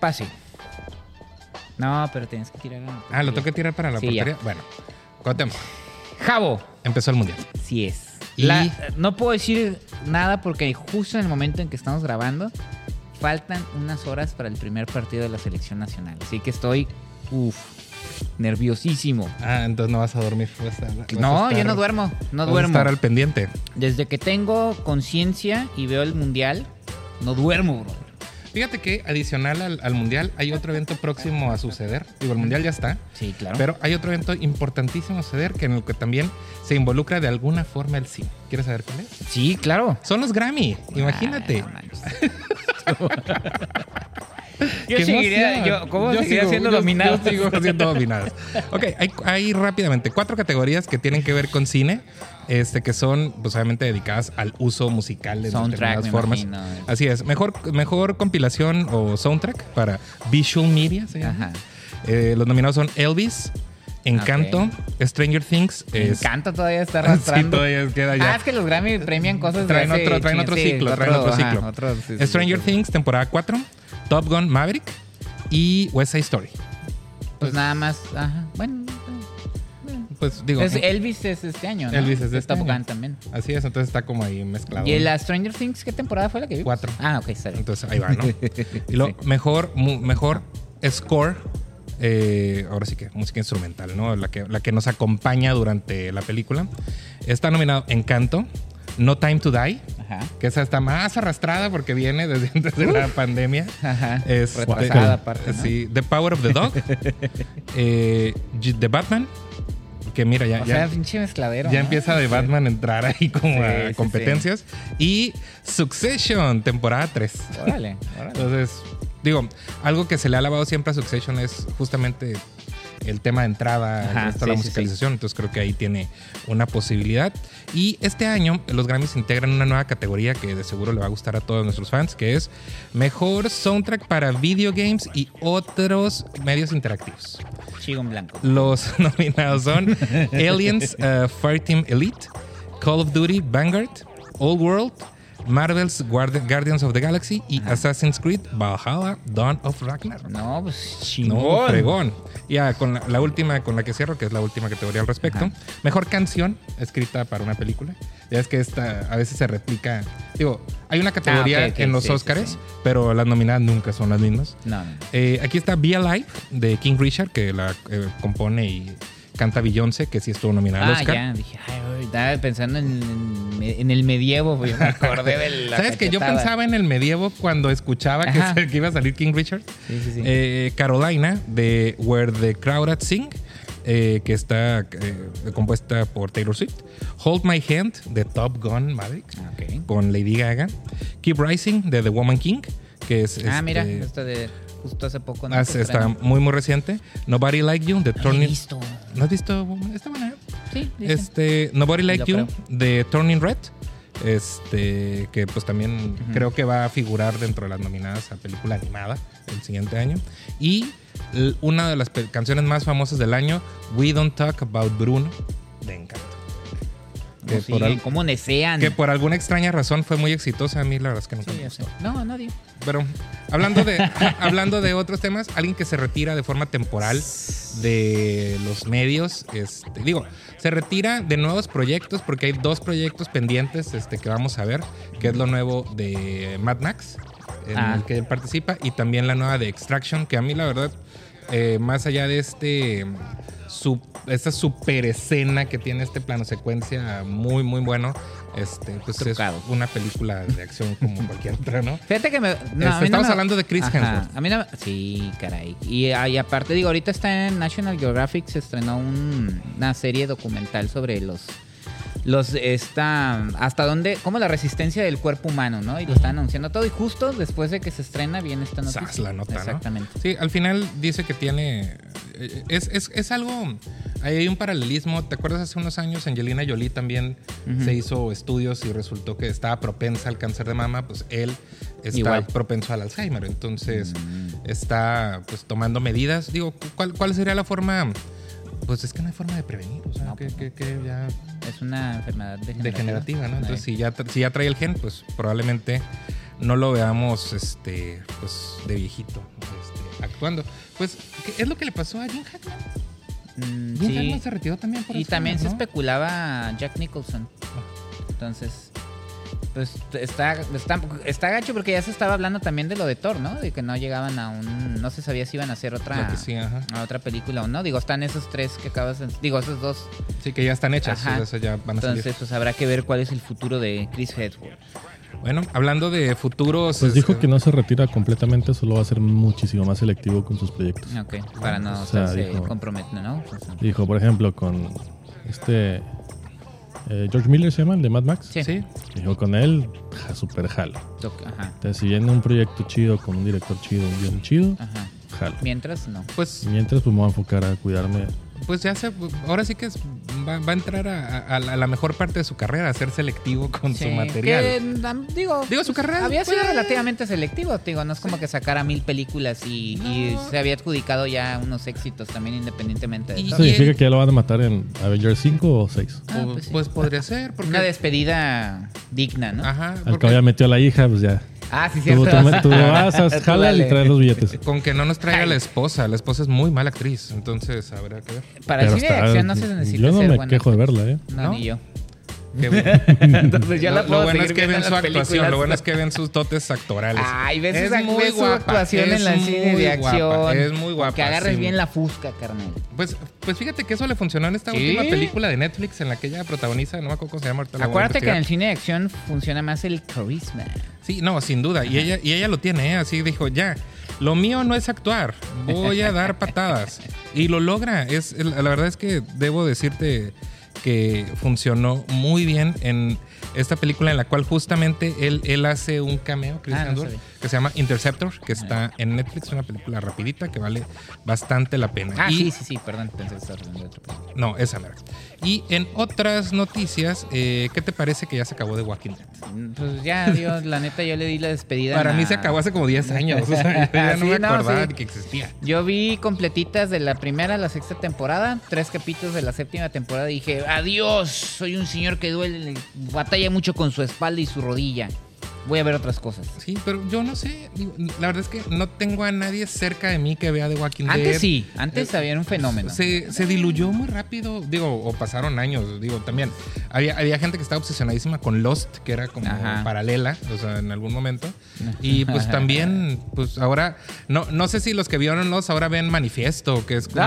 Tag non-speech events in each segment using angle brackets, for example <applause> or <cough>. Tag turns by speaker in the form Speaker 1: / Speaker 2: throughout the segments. Speaker 1: Pase. No, pero tienes que tirar. a la
Speaker 2: Ah, lo
Speaker 1: portería.
Speaker 2: tengo que tirar para la
Speaker 1: Sí,
Speaker 2: portería.
Speaker 1: ya.
Speaker 2: Bueno, contemos.
Speaker 1: Jabo.
Speaker 2: Empezó el mundial.
Speaker 1: Sí es.
Speaker 2: Y-
Speaker 1: La- no puedo decir nada porque justo en el momento en que estamos grabando faltan unas horas para el primer partido de la selección nacional. Así que estoy, uff, nerviosísimo.
Speaker 2: Ah, entonces no vas a dormir. vas a- vas a
Speaker 1: No, yo
Speaker 2: estar-
Speaker 1: no duermo, no
Speaker 2: vas a
Speaker 1: duermo.
Speaker 2: estar al pendiente.
Speaker 1: Desde que tengo conciencia y veo el mundial, no duermo, bro.
Speaker 2: Fíjate que adicional al, al mundial hay otro evento próximo a suceder. Digo, el mundial ya está.
Speaker 1: Sí, claro.
Speaker 2: Pero hay otro evento importantísimo a suceder que en el que también se involucra de alguna forma el cine. ¿Quieres saber cuál es?
Speaker 1: sí, claro.
Speaker 2: Son los Grammy, imagínate.
Speaker 1: Ah, no manches.
Speaker 2: <laughs>
Speaker 1: yo
Speaker 2: Qué
Speaker 1: seguiría,
Speaker 2: emoción.
Speaker 1: yo, ¿cómo
Speaker 2: Yo
Speaker 1: seguiría
Speaker 2: sigo-
Speaker 1: siendo
Speaker 2: yo-
Speaker 1: dominado?
Speaker 2: Yo sigo siendo dominado. Ok, hay, hay rápidamente cuatro categorías que tienen que ver con cine, este, que son pues, obviamente dedicadas al uso musical de
Speaker 1: Soundtrack,
Speaker 2: determinadas
Speaker 1: me
Speaker 2: formas.
Speaker 1: imagino.
Speaker 2: Así es, mejor, mejor compilación o soundtrack para Visual Media. se llama.
Speaker 1: Ajá.
Speaker 2: Eh, los nominados son Elvis, Encanto, Stranger Things.
Speaker 1: Me
Speaker 2: es-
Speaker 1: encanta todavía estar
Speaker 2: <laughs> Sí,
Speaker 1: arrastrando.
Speaker 2: todavía queda ya.
Speaker 1: Ah, es que los Grammy premian cosas de
Speaker 2: Traen
Speaker 1: hace
Speaker 2: otro, traen
Speaker 1: chin-
Speaker 2: otro
Speaker 1: sí,
Speaker 2: ciclo, traen otro
Speaker 1: ajá,
Speaker 2: ciclo.
Speaker 1: otro, sí, sí,
Speaker 2: Stranger
Speaker 1: sí.
Speaker 2: Things, temporada 4, Top Gun Maverick y West Side Story.
Speaker 1: Pues nada más, ajá. Bueno,
Speaker 2: Pues digo,
Speaker 1: es- Elvis es este año, ¿no?
Speaker 2: Elvis es de este
Speaker 1: Top
Speaker 2: año.
Speaker 1: Gun también.
Speaker 2: así es, entonces está como ahí mezclado.
Speaker 1: ¿Y la Stranger Things qué temporada fue la que vimos?
Speaker 2: Cuatro.
Speaker 1: Ah, ok, está bien.
Speaker 2: Entonces ahí
Speaker 1: <laughs>
Speaker 2: va, ¿no? Y lo mejor, mu- mejor score, eh, ahora sí que música instrumental, ¿no? La que, la que nos acompaña durante la película. Está nominado Encanto, No Time to Die,
Speaker 1: Ajá. <laughs>
Speaker 2: que esa está más arrastrada porque viene desde <laughs> antes de la pandemia.
Speaker 1: Ajá.
Speaker 2: Es
Speaker 1: Retrasada aparte, ¿no?
Speaker 2: este, Sí, The Power of
Speaker 1: <laughs>
Speaker 2: the Dog, eh, G- The Batman, que mira, ya,
Speaker 1: O
Speaker 2: ya,
Speaker 1: sea, pinche mezcladero.
Speaker 2: ya
Speaker 1: ¿no?
Speaker 2: empieza de Batman a entrar ahí como
Speaker 1: Sí, sí,
Speaker 2: a
Speaker 1: sí.
Speaker 2: competencias. Y Succession, temporada 3.
Speaker 1: Órale, órale.
Speaker 2: Entonces, digo, algo que se le ha alabado siempre a Succession es justamente el tema de entrada,
Speaker 1: Ajá,
Speaker 2: hasta
Speaker 1: sí,
Speaker 2: la
Speaker 1: sí,
Speaker 2: musicalización. Entonces creo que ahí tiene una posibilidad. Y este año los Grammys integran una nueva categoría que de seguro le va a gustar a todos nuestros fans, que es mejor soundtrack para videogames y otros medios interactivos.
Speaker 1: Chigo en blanco.
Speaker 2: Los <laughs> nominados son Aliens uh, Fireteam Elite, Call of Duty Vanguard, Old World, Marvel's Guardi- Guardians of the Galaxy y Assassin's Creed Valhalla Dawn of Ragnarok.
Speaker 1: No, pues
Speaker 2: No,
Speaker 1: chingón.
Speaker 2: fregón. Ya con la, la última con la que cierro, que es la última categoría al respecto.
Speaker 1: Ajá.
Speaker 2: Mejor canción escrita para una película. Ya es que esta a veces se replica. Digo, hay una categoría
Speaker 1: Ah, ok, ok,
Speaker 2: en los
Speaker 1: sí, sí,
Speaker 2: Oscars,
Speaker 1: sí.
Speaker 2: pero las nominadas nunca son las mismas.
Speaker 1: no, no.
Speaker 2: Eh, aquí está Be Alive de King Richard, que la eh, compone y canta Beyoncé, que sí estuvo nominada al
Speaker 1: Ah,
Speaker 2: Oscar.
Speaker 1: ya, dije, ay, güey, estaba pensando en, en- en el medievo, güey, me acordé de la
Speaker 2: ¿Sabes que yo
Speaker 1: cachetada.
Speaker 2: pensaba en el medievo cuando escuchaba que,
Speaker 1: Ajá.
Speaker 2: que iba a salir King Richard?
Speaker 1: Sí, sí, sí.
Speaker 2: Eh, Carolina de Where the Crowd at Sing, eh, que está eh, compuesta por Taylor Swift. Hold My Hand de Top Gun Maverick
Speaker 1: Ah, ok.
Speaker 2: con Lady Gaga. Keep Rising de The Woman King, que es...
Speaker 1: Ah, mira,
Speaker 2: este,
Speaker 1: esto de justo hace poco.
Speaker 2: ah,
Speaker 1: Se
Speaker 2: está
Speaker 1: estrenó.
Speaker 2: muy muy reciente. Nobody Like You de
Speaker 1: No lo he
Speaker 2: Turning...
Speaker 1: visto.
Speaker 2: ¿No has visto? Woman? Está buena. ¿eh?
Speaker 1: Sí, dicen.
Speaker 2: Este, Nobody Like
Speaker 1: Lo
Speaker 2: You
Speaker 1: creo.
Speaker 2: de Turning Red. Este, que pues también creo que va a figurar dentro de las nominadas a película animada el siguiente año. Y l- una de las pe- canciones más famosas del año, We Don't Talk About Bruno, de Encanto. Que,
Speaker 1: No, sí,
Speaker 2: por, al-
Speaker 1: ¿Cómo desean?
Speaker 2: que por alguna extraña razón fue muy exitosa. A mí la verdad es que nunca
Speaker 1: Sí,
Speaker 2: me
Speaker 1: ya
Speaker 2: gustó.
Speaker 1: sé. No, nadie.
Speaker 2: Pero
Speaker 1: <laughs>
Speaker 2: hablando de, hablando de otros temas, alguien que se retira de forma temporal de los medios, este, digo, se retira de nuevos proyectos porque hay dos proyectos pendientes este, que vamos a ver, que es lo nuevo de Mad Max, en
Speaker 1: Ah.
Speaker 2: el que él participa, y también la nueva de Extraction, que a mí la verdad, eh, más allá de este... su- esta super escena que tiene este plano secuencia muy muy bueno este pues
Speaker 1: Trucado.
Speaker 2: es una película de acción como cualquier otra no
Speaker 1: Fíjate que me. no, a mí no
Speaker 2: Este, estamos
Speaker 1: me-
Speaker 2: hablando de Chris
Speaker 1: Ajá,
Speaker 2: Hemsworth.
Speaker 1: A mí no me- Sí, caray. Y, ah, y aparte, digo, ahorita está en National Geographic, se estrenó un- una serie documental sobre los. Los, esta, hasta dónde, como la resistencia del cuerpo humano, ¿no? Y lo están anunciando todo. Y justo después de que se estrena, viene esta noticia.
Speaker 2: Sas, la nota, ¿no?
Speaker 1: Exactamente.
Speaker 2: Sí, al final dice que tiene. eh, Es, es- es algo. ahí Hay un paralelismo. ¿Te acuerdas hace unos años Angelina Jolie también se hizo estudios y resultó que estaba propensa al cáncer de mama? Pues él está
Speaker 1: Igual.
Speaker 2: propenso al Alzheimer. Entonces
Speaker 1: Mm,
Speaker 2: está pues tomando medidas. Digo, ¿cuál, ¿cuál sería la forma? Pues es que no hay forma de prevenir. O sea,
Speaker 1: No,
Speaker 2: que,
Speaker 1: pues,
Speaker 2: que- que ya
Speaker 1: Es una enfermedad degenerativa.
Speaker 2: degenerativa, ¿no? Entonces,
Speaker 1: Ay.
Speaker 2: si ya, tra- si ya trae el gen, pues probablemente no lo veamos este, pues, de viejito este, actuando. Pues ¿qué es lo que le pasó a Jim Hackman.
Speaker 1: Mm,
Speaker 2: Jim
Speaker 1: sí.
Speaker 2: Hackman se retiró también por
Speaker 1: Y
Speaker 2: eso,
Speaker 1: también se
Speaker 2: ¿no?
Speaker 1: especulaba a Jack Nicholson. Entonces, pues t- está, está, está gacho porque ya se estaba hablando también de lo de Thor, ¿no? De que no llegaban a un. No se sabía si iban a hacer
Speaker 2: Lo
Speaker 1: otra.
Speaker 2: que sí, ajá.
Speaker 1: A otra película o no. Digo, están esos tres que acabas de. Digo, esos dos.
Speaker 2: Sí, que ya están hechas,
Speaker 1: Ajá.
Speaker 2: o sea, ya van a salir.
Speaker 1: Entonces, pues habrá que ver cuál es el futuro de Chris Hemsworth.
Speaker 2: Bueno, hablando de futuros.
Speaker 3: Pues
Speaker 2: este,
Speaker 3: dijo que no se retira completamente, solo va a ser muchísimo más selectivo con sus proyectos.
Speaker 1: Ok, para no
Speaker 3: O sea,
Speaker 1: estarse
Speaker 3: dijo-
Speaker 1: comprometiendo, ¿no? O sea,
Speaker 3: Dijo, por ejemplo, con este eh, George Miller se llama, el de Mad Max.
Speaker 1: Sí.
Speaker 2: Sí,
Speaker 3: Dijo con él, ja, super jalo.
Speaker 1: toc- Ajá,
Speaker 3: Entonces, si viene un proyecto chido con un director chido, un guión chido,
Speaker 1: ajá.
Speaker 3: jalo.
Speaker 1: Mientras, no.
Speaker 2: pues
Speaker 3: Y Mientras pues me voy a enfocar a cuidarme.
Speaker 2: pues ya se, ahora sí que es- va, va a entrar a, a- a la- a la mejor parte de su carrera, a ser selectivo con
Speaker 1: Sí,
Speaker 2: su material.
Speaker 1: que, mm, digo,
Speaker 2: Digo, su carrera,
Speaker 1: había sido
Speaker 2: pues.
Speaker 1: relativamente selectivo, te digo, no es como que sacara mil películas y, y
Speaker 2: No.
Speaker 1: se había adjudicado ya unos éxitos también independientemente de
Speaker 2: Y-
Speaker 3: ¿Eso
Speaker 1: todo.
Speaker 2: y-
Speaker 3: significa que ya lo van a matar en Avengers 5 o 6?
Speaker 1: Ah,
Speaker 2: O-
Speaker 1: pues
Speaker 2: pues,
Speaker 1: sí.
Speaker 2: podría ser, porque.
Speaker 1: Una despedida digna, ¿no?
Speaker 2: Ajá,
Speaker 3: Al
Speaker 2: porque
Speaker 3: que había metido a la hija, pues ya.
Speaker 1: Ah, sí,
Speaker 3: Tú,
Speaker 1: cierto.
Speaker 3: tú me- tú
Speaker 1: <laughs>
Speaker 3: vas, haz-
Speaker 1: Tú
Speaker 3: jala y
Speaker 1: dale.
Speaker 3: traes los billetes.
Speaker 2: con que no nos traiga la esposa. La esposa es muy mala actriz, entonces habrá que ver.
Speaker 1: Para el
Speaker 3: Pero
Speaker 1: cine de
Speaker 3: está-
Speaker 1: acción no se necesita
Speaker 3: Yo no
Speaker 1: ser
Speaker 3: me
Speaker 1: buena
Speaker 3: quejo de verla, ¿eh.
Speaker 1: actriz. No,
Speaker 2: ¿no?
Speaker 1: ni yo.
Speaker 2: Qué bueno.
Speaker 1: <laughs> Entonces yo
Speaker 2: lo,
Speaker 1: la
Speaker 2: lo
Speaker 1: puedo
Speaker 2: bueno es
Speaker 1: seguir
Speaker 2: que
Speaker 1: viendo
Speaker 2: ven
Speaker 1: las
Speaker 2: su actuación,
Speaker 1: películas.
Speaker 2: lo bueno es que ven sus dotes actorales.
Speaker 1: Ay, ves,
Speaker 2: Es
Speaker 1: esa,
Speaker 2: muy
Speaker 1: ves su
Speaker 2: guapa,
Speaker 1: actuación en
Speaker 2: es
Speaker 1: la cine
Speaker 2: muy
Speaker 1: de
Speaker 2: guapa,
Speaker 1: acción.
Speaker 2: es muy guapa,
Speaker 1: Que agarres
Speaker 2: sí.
Speaker 1: bien la fusca, carnal.
Speaker 2: Pues, pues fíjate que eso le funcionó en esta
Speaker 1: ¿Sí?
Speaker 2: última película de Netflix en la que ella protagoniza, no me acuerdo cómo se llama ahorita. la voy a
Speaker 1: Acuérdate que en
Speaker 2: investigar.
Speaker 1: el cine de acción funciona más el carisma.
Speaker 2: Sí, no, sin duda. Y ella, y ella lo tiene, ¿eh? así dijo, ya, lo mío no es actuar, voy a dar patadas. Y lo logra. Es, la verdad es que debo decirte que funcionó muy bien en esta película en la cual justamente él, él hace un cameo, Chris
Speaker 1: Ah, no
Speaker 2: Hemsworth,
Speaker 1: sabía.
Speaker 2: que se llama Interceptor, que está en Netflix, una película rapidita que vale bastante la pena.
Speaker 1: Ah,
Speaker 2: Y-
Speaker 1: sí, sí, sí, perdón, pensé que estaba hablando de otra película.
Speaker 2: No, esa mera. Y en otras noticias, eh, ¿qué te parece que ya se acabó de Walking Dead?
Speaker 1: Mm, Pues ya, Dios, la neta, yo le di la despedida.
Speaker 2: Para
Speaker 1: a-
Speaker 2: mí se acabó hace como 10 años. O sea,
Speaker 1: <laughs>
Speaker 2: yo ya no
Speaker 1: Sí,
Speaker 2: me
Speaker 1: no,
Speaker 2: acordaba
Speaker 1: sí.
Speaker 2: de que existía.
Speaker 1: Yo vi completitas de la primera a la sexta temporada, tres capítulos de la séptima temporada y dije, adiós, soy un señor que duele, batalla mucho con su espalda y su rodilla. Voy a ver otras cosas.
Speaker 2: Sí, pero yo no sé. digo, la verdad es que no tengo a nadie cerca de mí que vea The Walking Dead. Eh,
Speaker 1: Antes sí, antes había un fenómeno.
Speaker 2: Se, se diluyó muy rápido, digo, o pasaron años, digo, también. Había, había gente que estaba obsesionadísima con Lost, que era como
Speaker 1: Ajá.
Speaker 2: paralela, o sea, en algún momento.
Speaker 1: <laughs>
Speaker 2: Y pues también, pues ahora, no, no sé si los que vieron Lost ahora ven Manifiesto, que es
Speaker 1: <laughs>
Speaker 2: como...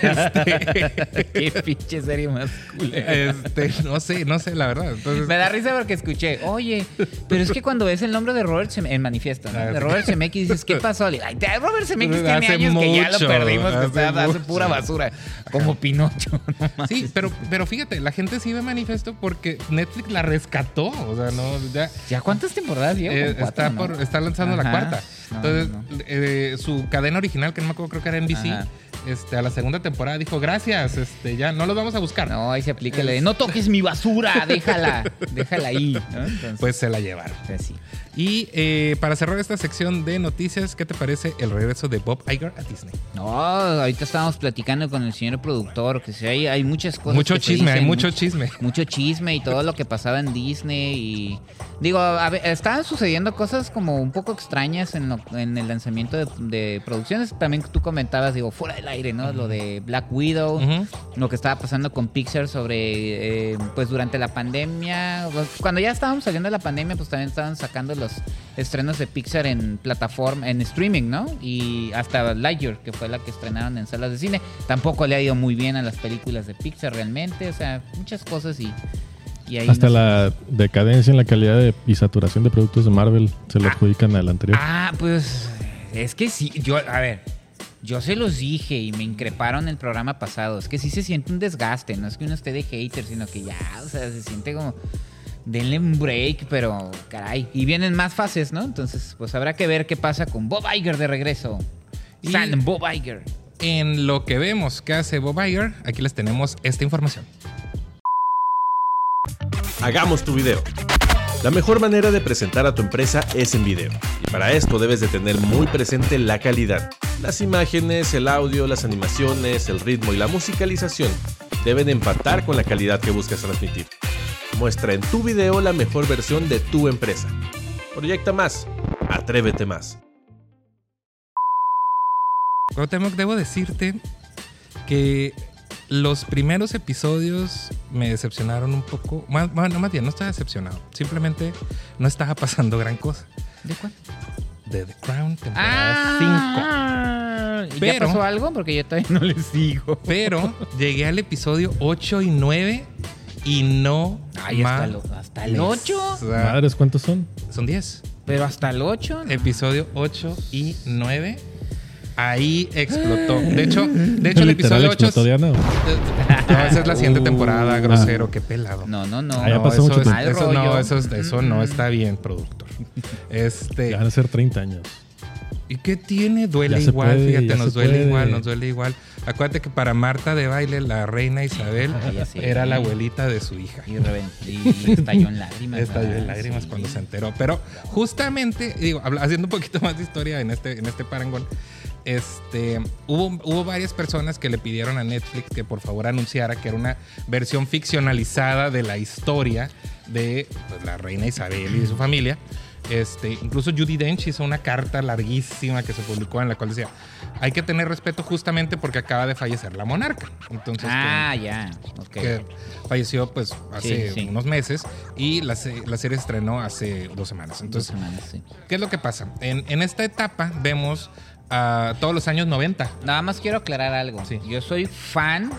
Speaker 2: este,
Speaker 1: Ah. Qué pinche serie más culera.
Speaker 2: este, no sé, no sé, la verdad. Entonces,
Speaker 1: Me da risa porque escuché, oye, pero es que cuando ves el nombre de Robert Sem- en manifiesto, ¿no? de Robert Zemeckis, dices, ¿qué pasó? Le digo, Ay, te- Robert Zemeckis tiene
Speaker 2: Hace
Speaker 1: años que ya lo
Speaker 2: mucho,
Speaker 1: perdimos, que
Speaker 2: hace
Speaker 1: está- hace,
Speaker 2: mucho.
Speaker 1: pura basura, como Pinocho. ¿no?
Speaker 2: Sí, pero, pero fíjate, la gente sí ve Manifiesto porque Netflix la rescató. O sea, no, ya.
Speaker 1: ¿Ya cuántas temporadas lleva?
Speaker 2: eh,
Speaker 1: Como cuatro,
Speaker 2: está,
Speaker 1: ¿no?
Speaker 2: por- está lanzando la
Speaker 1: Ajá.
Speaker 2: cuarta.
Speaker 1: No,
Speaker 2: Entonces,
Speaker 1: no, no.
Speaker 2: eh, su cadena original, que no me acuerdo, creo que era NBC,
Speaker 1: Ajá.
Speaker 2: este, a la segunda temporada dijo, gracias, este, ya no los vamos a buscar.
Speaker 1: No, ahí se aplica la de, no toques mi basura, déjala, déjala ahí. ¿no? Entonces,
Speaker 2: Pues se la llevaron.
Speaker 1: así.
Speaker 2: Y eh, para cerrar esta sección de noticias, ¿qué te parece el regreso de Bob Iger a Disney?
Speaker 1: No, ahorita estábamos platicando con el señor productor, que sí, hay, hay muchas cosas.
Speaker 2: Mucho
Speaker 1: que se
Speaker 2: chisme, hay
Speaker 1: dicen,
Speaker 2: mucho
Speaker 1: muchas-
Speaker 2: chisme.
Speaker 1: mucho chisme y todo lo que pasaba en Disney y digo a ve- estaban sucediendo cosas como un poco extrañas en, lo- en el lanzamiento de, de producciones también tú comentabas digo fuera del aire no lo de Black Widow
Speaker 2: Ujú.
Speaker 1: lo que estaba pasando con Pixar sobre eh, pues durante la pandemia pues, cuando ya estábamos saliendo de la pandemia pues también estaban sacando los estrenos de Pixar en plataforma en streaming no y hasta Lightyear que fue la que estrenaron en salas de cine tampoco le ha ido muy bien a las películas de Pixar realmente o sea muchas cosas y, y ahí
Speaker 3: Hasta
Speaker 1: no sé.
Speaker 3: la decadencia en la calidad de- y saturación de productos de Marvel se lo adjudican al anterior.
Speaker 1: ah pues es que sí yo a ver yo se los dije y me increparon el programa pasado. Es que sí se siente un desgaste. No es que uno esté de hater, sino que ya, o sea, se siente como. Denle un break, pero caray. Y vienen más fases, ¿no? Entonces, pues habrá que ver qué pasa con Bob Iger de regreso.
Speaker 2: Y-
Speaker 1: San Bob Iger.
Speaker 2: En lo que vemos que hace Bob Iger, aquí les tenemos esta información.
Speaker 4: Hagamos tu video. La mejor manera de presentar a tu empresa es en video. Y para esto debes de tener muy presente la calidad. Las imágenes, el audio, las animaciones, el ritmo y la musicalización deben empatar con la calidad que buscas transmitir. Muestra en tu video la mejor versión de tu empresa. Proyecta más. Atrévete más.
Speaker 2: Cuauhtémoc, debo decirte que los primeros episodios me decepcionaron un poco. Más- más- no, más bien, no estaba decepcionado. Simplemente no estaba pasando gran cosa.
Speaker 1: ¿De cuál?
Speaker 2: De The Crown, temporada 5.
Speaker 1: Ah, ¿y ¿Ya
Speaker 2: Pero-
Speaker 1: pasó algo? Porque yo todavía no le sigo.
Speaker 2: Pero llegué al episodio 8 y 9 y no.
Speaker 1: Ay, hasta,
Speaker 2: más.
Speaker 1: lo- hasta el 8.
Speaker 2: O sea,
Speaker 3: Madres, ¿cuántos son?
Speaker 2: Son 10.
Speaker 1: Pero hasta el 8.
Speaker 2: Episodio 8 y 9. Ahí explotó. De hecho, de hecho el
Speaker 3: Literal
Speaker 2: episodio 8 es,
Speaker 3: explotó Diana.
Speaker 2: No, esa es la siguiente
Speaker 1: Uh,
Speaker 2: temporada,
Speaker 3: ah.
Speaker 2: grosero, qué pelado.
Speaker 1: No, no, no.
Speaker 3: Ah, ya
Speaker 2: No,
Speaker 3: pasó
Speaker 2: eso
Speaker 3: mucho
Speaker 2: es-
Speaker 3: tiempo.
Speaker 2: eso
Speaker 1: Mal rollo.
Speaker 2: no, eso, es- eso
Speaker 1: Mm.
Speaker 2: no está bien, productor. Este,
Speaker 3: Ya van a ser 30 años.
Speaker 2: ¿y qué tiene? Duele
Speaker 3: Ya se
Speaker 2: igual,
Speaker 3: puede, ya
Speaker 2: fíjate, nos
Speaker 3: se
Speaker 2: duele
Speaker 3: puede.
Speaker 2: igual, nos duele igual. Acuérdate que para Marta de baile, la reina Isabel
Speaker 1: Ay, así es.
Speaker 2: era la abuelita de su hija.
Speaker 1: Y, reven- y estalló en lágrimas.
Speaker 2: Estalló en
Speaker 1: ¿verdad?
Speaker 2: lágrimas
Speaker 1: Sí.
Speaker 2: cuando se enteró. Pero justamente, digo, habla- haciendo un poquito más de historia en este, en este parangón, este, hubo, hubo varias personas que le pidieron a Netflix que por favor anunciara que era una versión ficcionalizada de la historia de pues, la reina Isabel y de su familia. Este, incluso Judy Dench hizo una carta larguísima que se publicó en la cual decía, hay que tener respeto justamente porque acaba de fallecer la monarca. Entonces, que-
Speaker 1: Ah, ya. Ok.
Speaker 2: que falleció pues hace
Speaker 1: Sí, sí.
Speaker 2: unos meses y la, se- la serie estrenó hace dos semanas.
Speaker 1: Dos
Speaker 2: Entonces,
Speaker 1: semanas, sí.
Speaker 2: ¿qué es lo que pasa? En, en esta etapa vemos a todos los años 90.
Speaker 1: Nada más quiero aclarar algo.
Speaker 2: Sí.
Speaker 1: Yo soy fan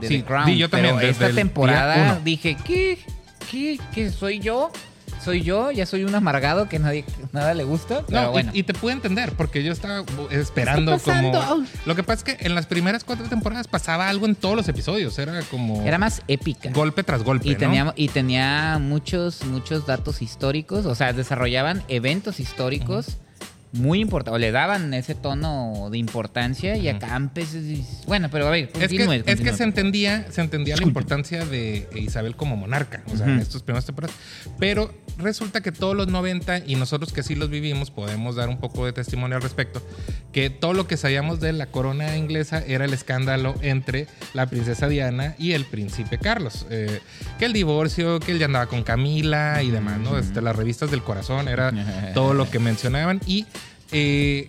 Speaker 1: de
Speaker 2: Sí,
Speaker 1: The Crown.
Speaker 2: sí, yo también,
Speaker 1: Pero
Speaker 2: desde
Speaker 1: esta
Speaker 2: el día
Speaker 1: temporada
Speaker 2: uno.
Speaker 1: dije, ¿qué? ¿Qué? ¿Qué soy yo? ¿Soy yo? Ya soy un amargado que nadie nada le gusta. Pero
Speaker 2: No, y-
Speaker 1: bueno.
Speaker 2: y, te pude entender porque yo estaba bu- esperando
Speaker 1: ¿Qué está
Speaker 2: como...
Speaker 1: pasando?
Speaker 2: Lo que pasa es que en las primeras cuatro temporadas pasaba algo en todos los episodios. Era como
Speaker 1: Era más épica.
Speaker 2: golpe tras golpe.
Speaker 1: Y
Speaker 2: ¿no?
Speaker 1: tenía, y tenía muchos, muchos datos históricos, o sea, desarrollaban eventos históricos muy importantes, o le daban ese tono de importancia y acá empecé... Bueno, pero a ver,
Speaker 2: Es que,
Speaker 1: continúe,
Speaker 2: es que
Speaker 1: <laughs> continúe.
Speaker 2: se entendía, se entendía la importancia de Isabel como monarca, o sea, en
Speaker 1: Ujú.
Speaker 2: estos primeros temporadas. Pero resulta que todos los 90, y nosotros que sí los vivimos, podemos dar un poco de testimonio al respecto, que todo lo que sabíamos de la corona inglesa era el escándalo entre la princesa Diana y el príncipe Carlos. Eh, que el divorcio, que él ya andaba con Camila y demás, ¿no? Este, las revistas del corazón era todo lo que mencionaban. Y eh,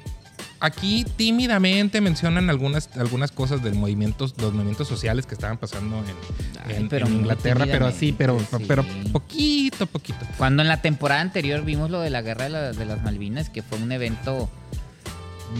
Speaker 2: aquí tímidamente mencionan algunas, algunas cosas del movimiento, los movimientos sociales que estaban pasando en,
Speaker 1: Ay,
Speaker 2: en-
Speaker 1: pero
Speaker 2: en
Speaker 1: muy
Speaker 2: Inglaterra, pero así, pero,
Speaker 1: tímidamente, sí.
Speaker 2: pero poquito, poquito.
Speaker 1: Cuando en la temporada anterior vimos lo de la guerra de, la- de las Malvinas, que fue un evento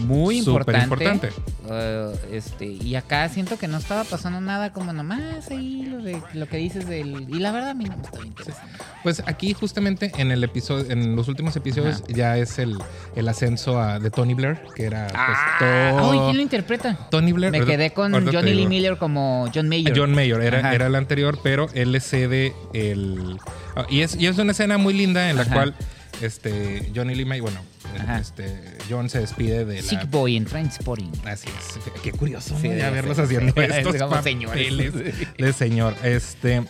Speaker 1: muy
Speaker 2: Súper
Speaker 1: importante.
Speaker 2: importante.
Speaker 1: Eh, este, y acá siento que no estaba pasando nada como nomás ahí lo, de- lo que dices del... Y la verdad a mí no me está bien interesante.
Speaker 2: Pues aquí justamente en el episodio, en los últimos episodios ya es el, el ascenso a, de Tony Blair, que era pues, todo-
Speaker 1: Ah, Ay, ¿quién lo interpreta?
Speaker 2: Tony Blair.
Speaker 1: Me
Speaker 2: ahorita-
Speaker 1: quedé con
Speaker 2: ahorita te
Speaker 1: Johnny Lee
Speaker 2: digo.
Speaker 1: Miller como John Mayer.
Speaker 2: John Mayer, era,
Speaker 1: Ajá.
Speaker 2: era el anterior, pero él le cede el. ah, Y es, y es una escena muy linda en la
Speaker 1: Ajá.
Speaker 2: cual este, Johnny Lee Mayer, bueno, el-
Speaker 1: Ajá.
Speaker 2: este, John se despide de la.
Speaker 1: Sick Boy en Trainspotting.
Speaker 2: Así es. Qué- Qué curioso ¿no?
Speaker 1: Sí,
Speaker 2: ya
Speaker 1: sí,
Speaker 2: verlos
Speaker 1: sí, <laughs>
Speaker 2: haciendo
Speaker 1: sí.
Speaker 2: estos
Speaker 1: Digamos,
Speaker 2: papeles
Speaker 1: señores.
Speaker 2: de señor. Este,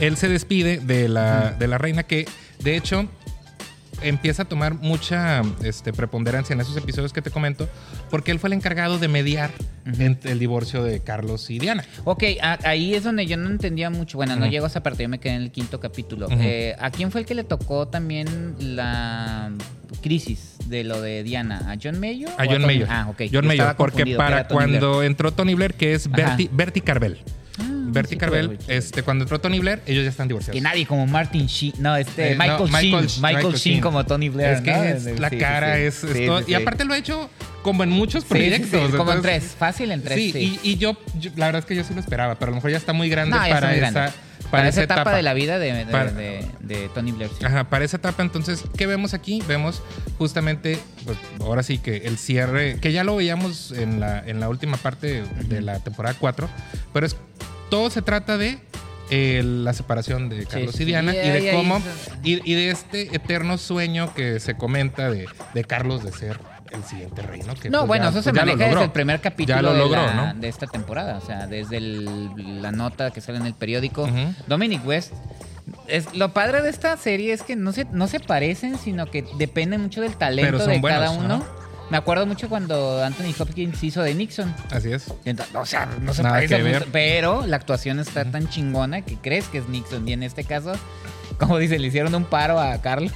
Speaker 2: él se despide de la, de la reina que, de hecho, empieza a tomar mucha este, preponderancia en esos episodios que te comento, porque él fue el encargado de mediar entre el divorcio de Carlos y Diana.
Speaker 1: Ok, a- ahí es donde yo no entendía mucho. Bueno, no
Speaker 2: Ujú.
Speaker 1: llego a esa parte, yo me quedé en el quinto capítulo.
Speaker 2: Ujú.
Speaker 1: Eh, ¿A quién fue el que le tocó también la crisis de lo de Diana? ¿A John Mayer?
Speaker 2: A
Speaker 1: o
Speaker 2: John
Speaker 1: Tony-
Speaker 2: Mayer.
Speaker 1: Ah, ok.
Speaker 2: John
Speaker 1: Yo
Speaker 2: Mayer,
Speaker 1: estaba
Speaker 2: porque
Speaker 1: confundido, que
Speaker 2: para
Speaker 1: era Tony
Speaker 2: cuando
Speaker 1: Blair.
Speaker 2: entró Tony Blair, que es Bertie,
Speaker 1: Ajá.
Speaker 2: Bertie Carvel.
Speaker 1: Ah, sí,
Speaker 2: Bertie Carvel,
Speaker 1: claro, sí.
Speaker 2: este, cuando entró Tony Blair, ellos ya están divorciados.
Speaker 1: Que nadie como Martin Sheen. No, este.
Speaker 2: Eh, no,
Speaker 1: Michael, Sheen,
Speaker 2: Michael-
Speaker 1: Michael,
Speaker 2: Michael
Speaker 1: Sheen,
Speaker 2: Sheen.
Speaker 1: como Tony Blair.
Speaker 2: es que
Speaker 1: ¿no?
Speaker 2: es- la
Speaker 1: Sí, sí,
Speaker 2: cara
Speaker 1: sí.
Speaker 2: es, es
Speaker 1: Sí,
Speaker 2: todo-
Speaker 1: sí,
Speaker 2: Y
Speaker 1: sí.
Speaker 2: aparte lo ha hecho como en muchos
Speaker 1: Sí, sí, sí,
Speaker 2: proyectos.
Speaker 1: como en
Speaker 2: entonces-
Speaker 1: tres. Fácil en tres.
Speaker 2: Sí, y, y yo, yo- la verdad es que yo sí lo esperaba, pero a lo mejor ya está muy grande
Speaker 1: No, ya está
Speaker 2: para
Speaker 1: muy
Speaker 2: esa.
Speaker 1: grande.
Speaker 2: Para,
Speaker 1: Para
Speaker 2: esa
Speaker 1: esa etapa, de la vida de, de-
Speaker 2: Para-
Speaker 1: de- de Tony Blair. sí.
Speaker 2: Ajá, para esa etapa, entonces, ¿qué vemos aquí? Vemos justamente, pues ahora sí que el cierre, que ya lo veíamos en la, en la última parte de la temporada 4, pero es, todo se trata de eh, la separación de Carlos
Speaker 1: sí,
Speaker 2: y Diana
Speaker 1: sí,
Speaker 2: y de
Speaker 1: ahí, ahí
Speaker 2: cómo,
Speaker 1: se-
Speaker 2: y, y de este eterno sueño que se comenta de, de Carlos de ser el siguiente rey, ¿no? Que,
Speaker 1: No,
Speaker 2: pues,
Speaker 1: bueno,
Speaker 2: ya-
Speaker 1: eso se
Speaker 2: pues, ya lo
Speaker 1: maneja desde
Speaker 2: logró.
Speaker 1: el primer capítulo
Speaker 2: Ya lo logró,
Speaker 1: de, la-
Speaker 2: ¿no?
Speaker 1: de esta temporada. O sea, desde el- la nota que sale en el periódico.
Speaker 2: Ujú.
Speaker 1: Dominic West. Es, lo padre de esta serie es que no se, no se parecen, sino que depende mucho del talento
Speaker 2: Pero son
Speaker 1: de cada
Speaker 2: buenos,
Speaker 1: uno.
Speaker 2: ajá.
Speaker 1: Me acuerdo mucho cuando Anthony Hopkins hizo de Nixon.
Speaker 2: Así es.
Speaker 1: Entonces, o sea, no se
Speaker 2: Nada
Speaker 1: parece
Speaker 2: que
Speaker 1: mucho,
Speaker 2: ver.
Speaker 1: pero la actuación está tan chingona que crees que es Nixon. Y en este caso, como dice, le hicieron un paro a Carlos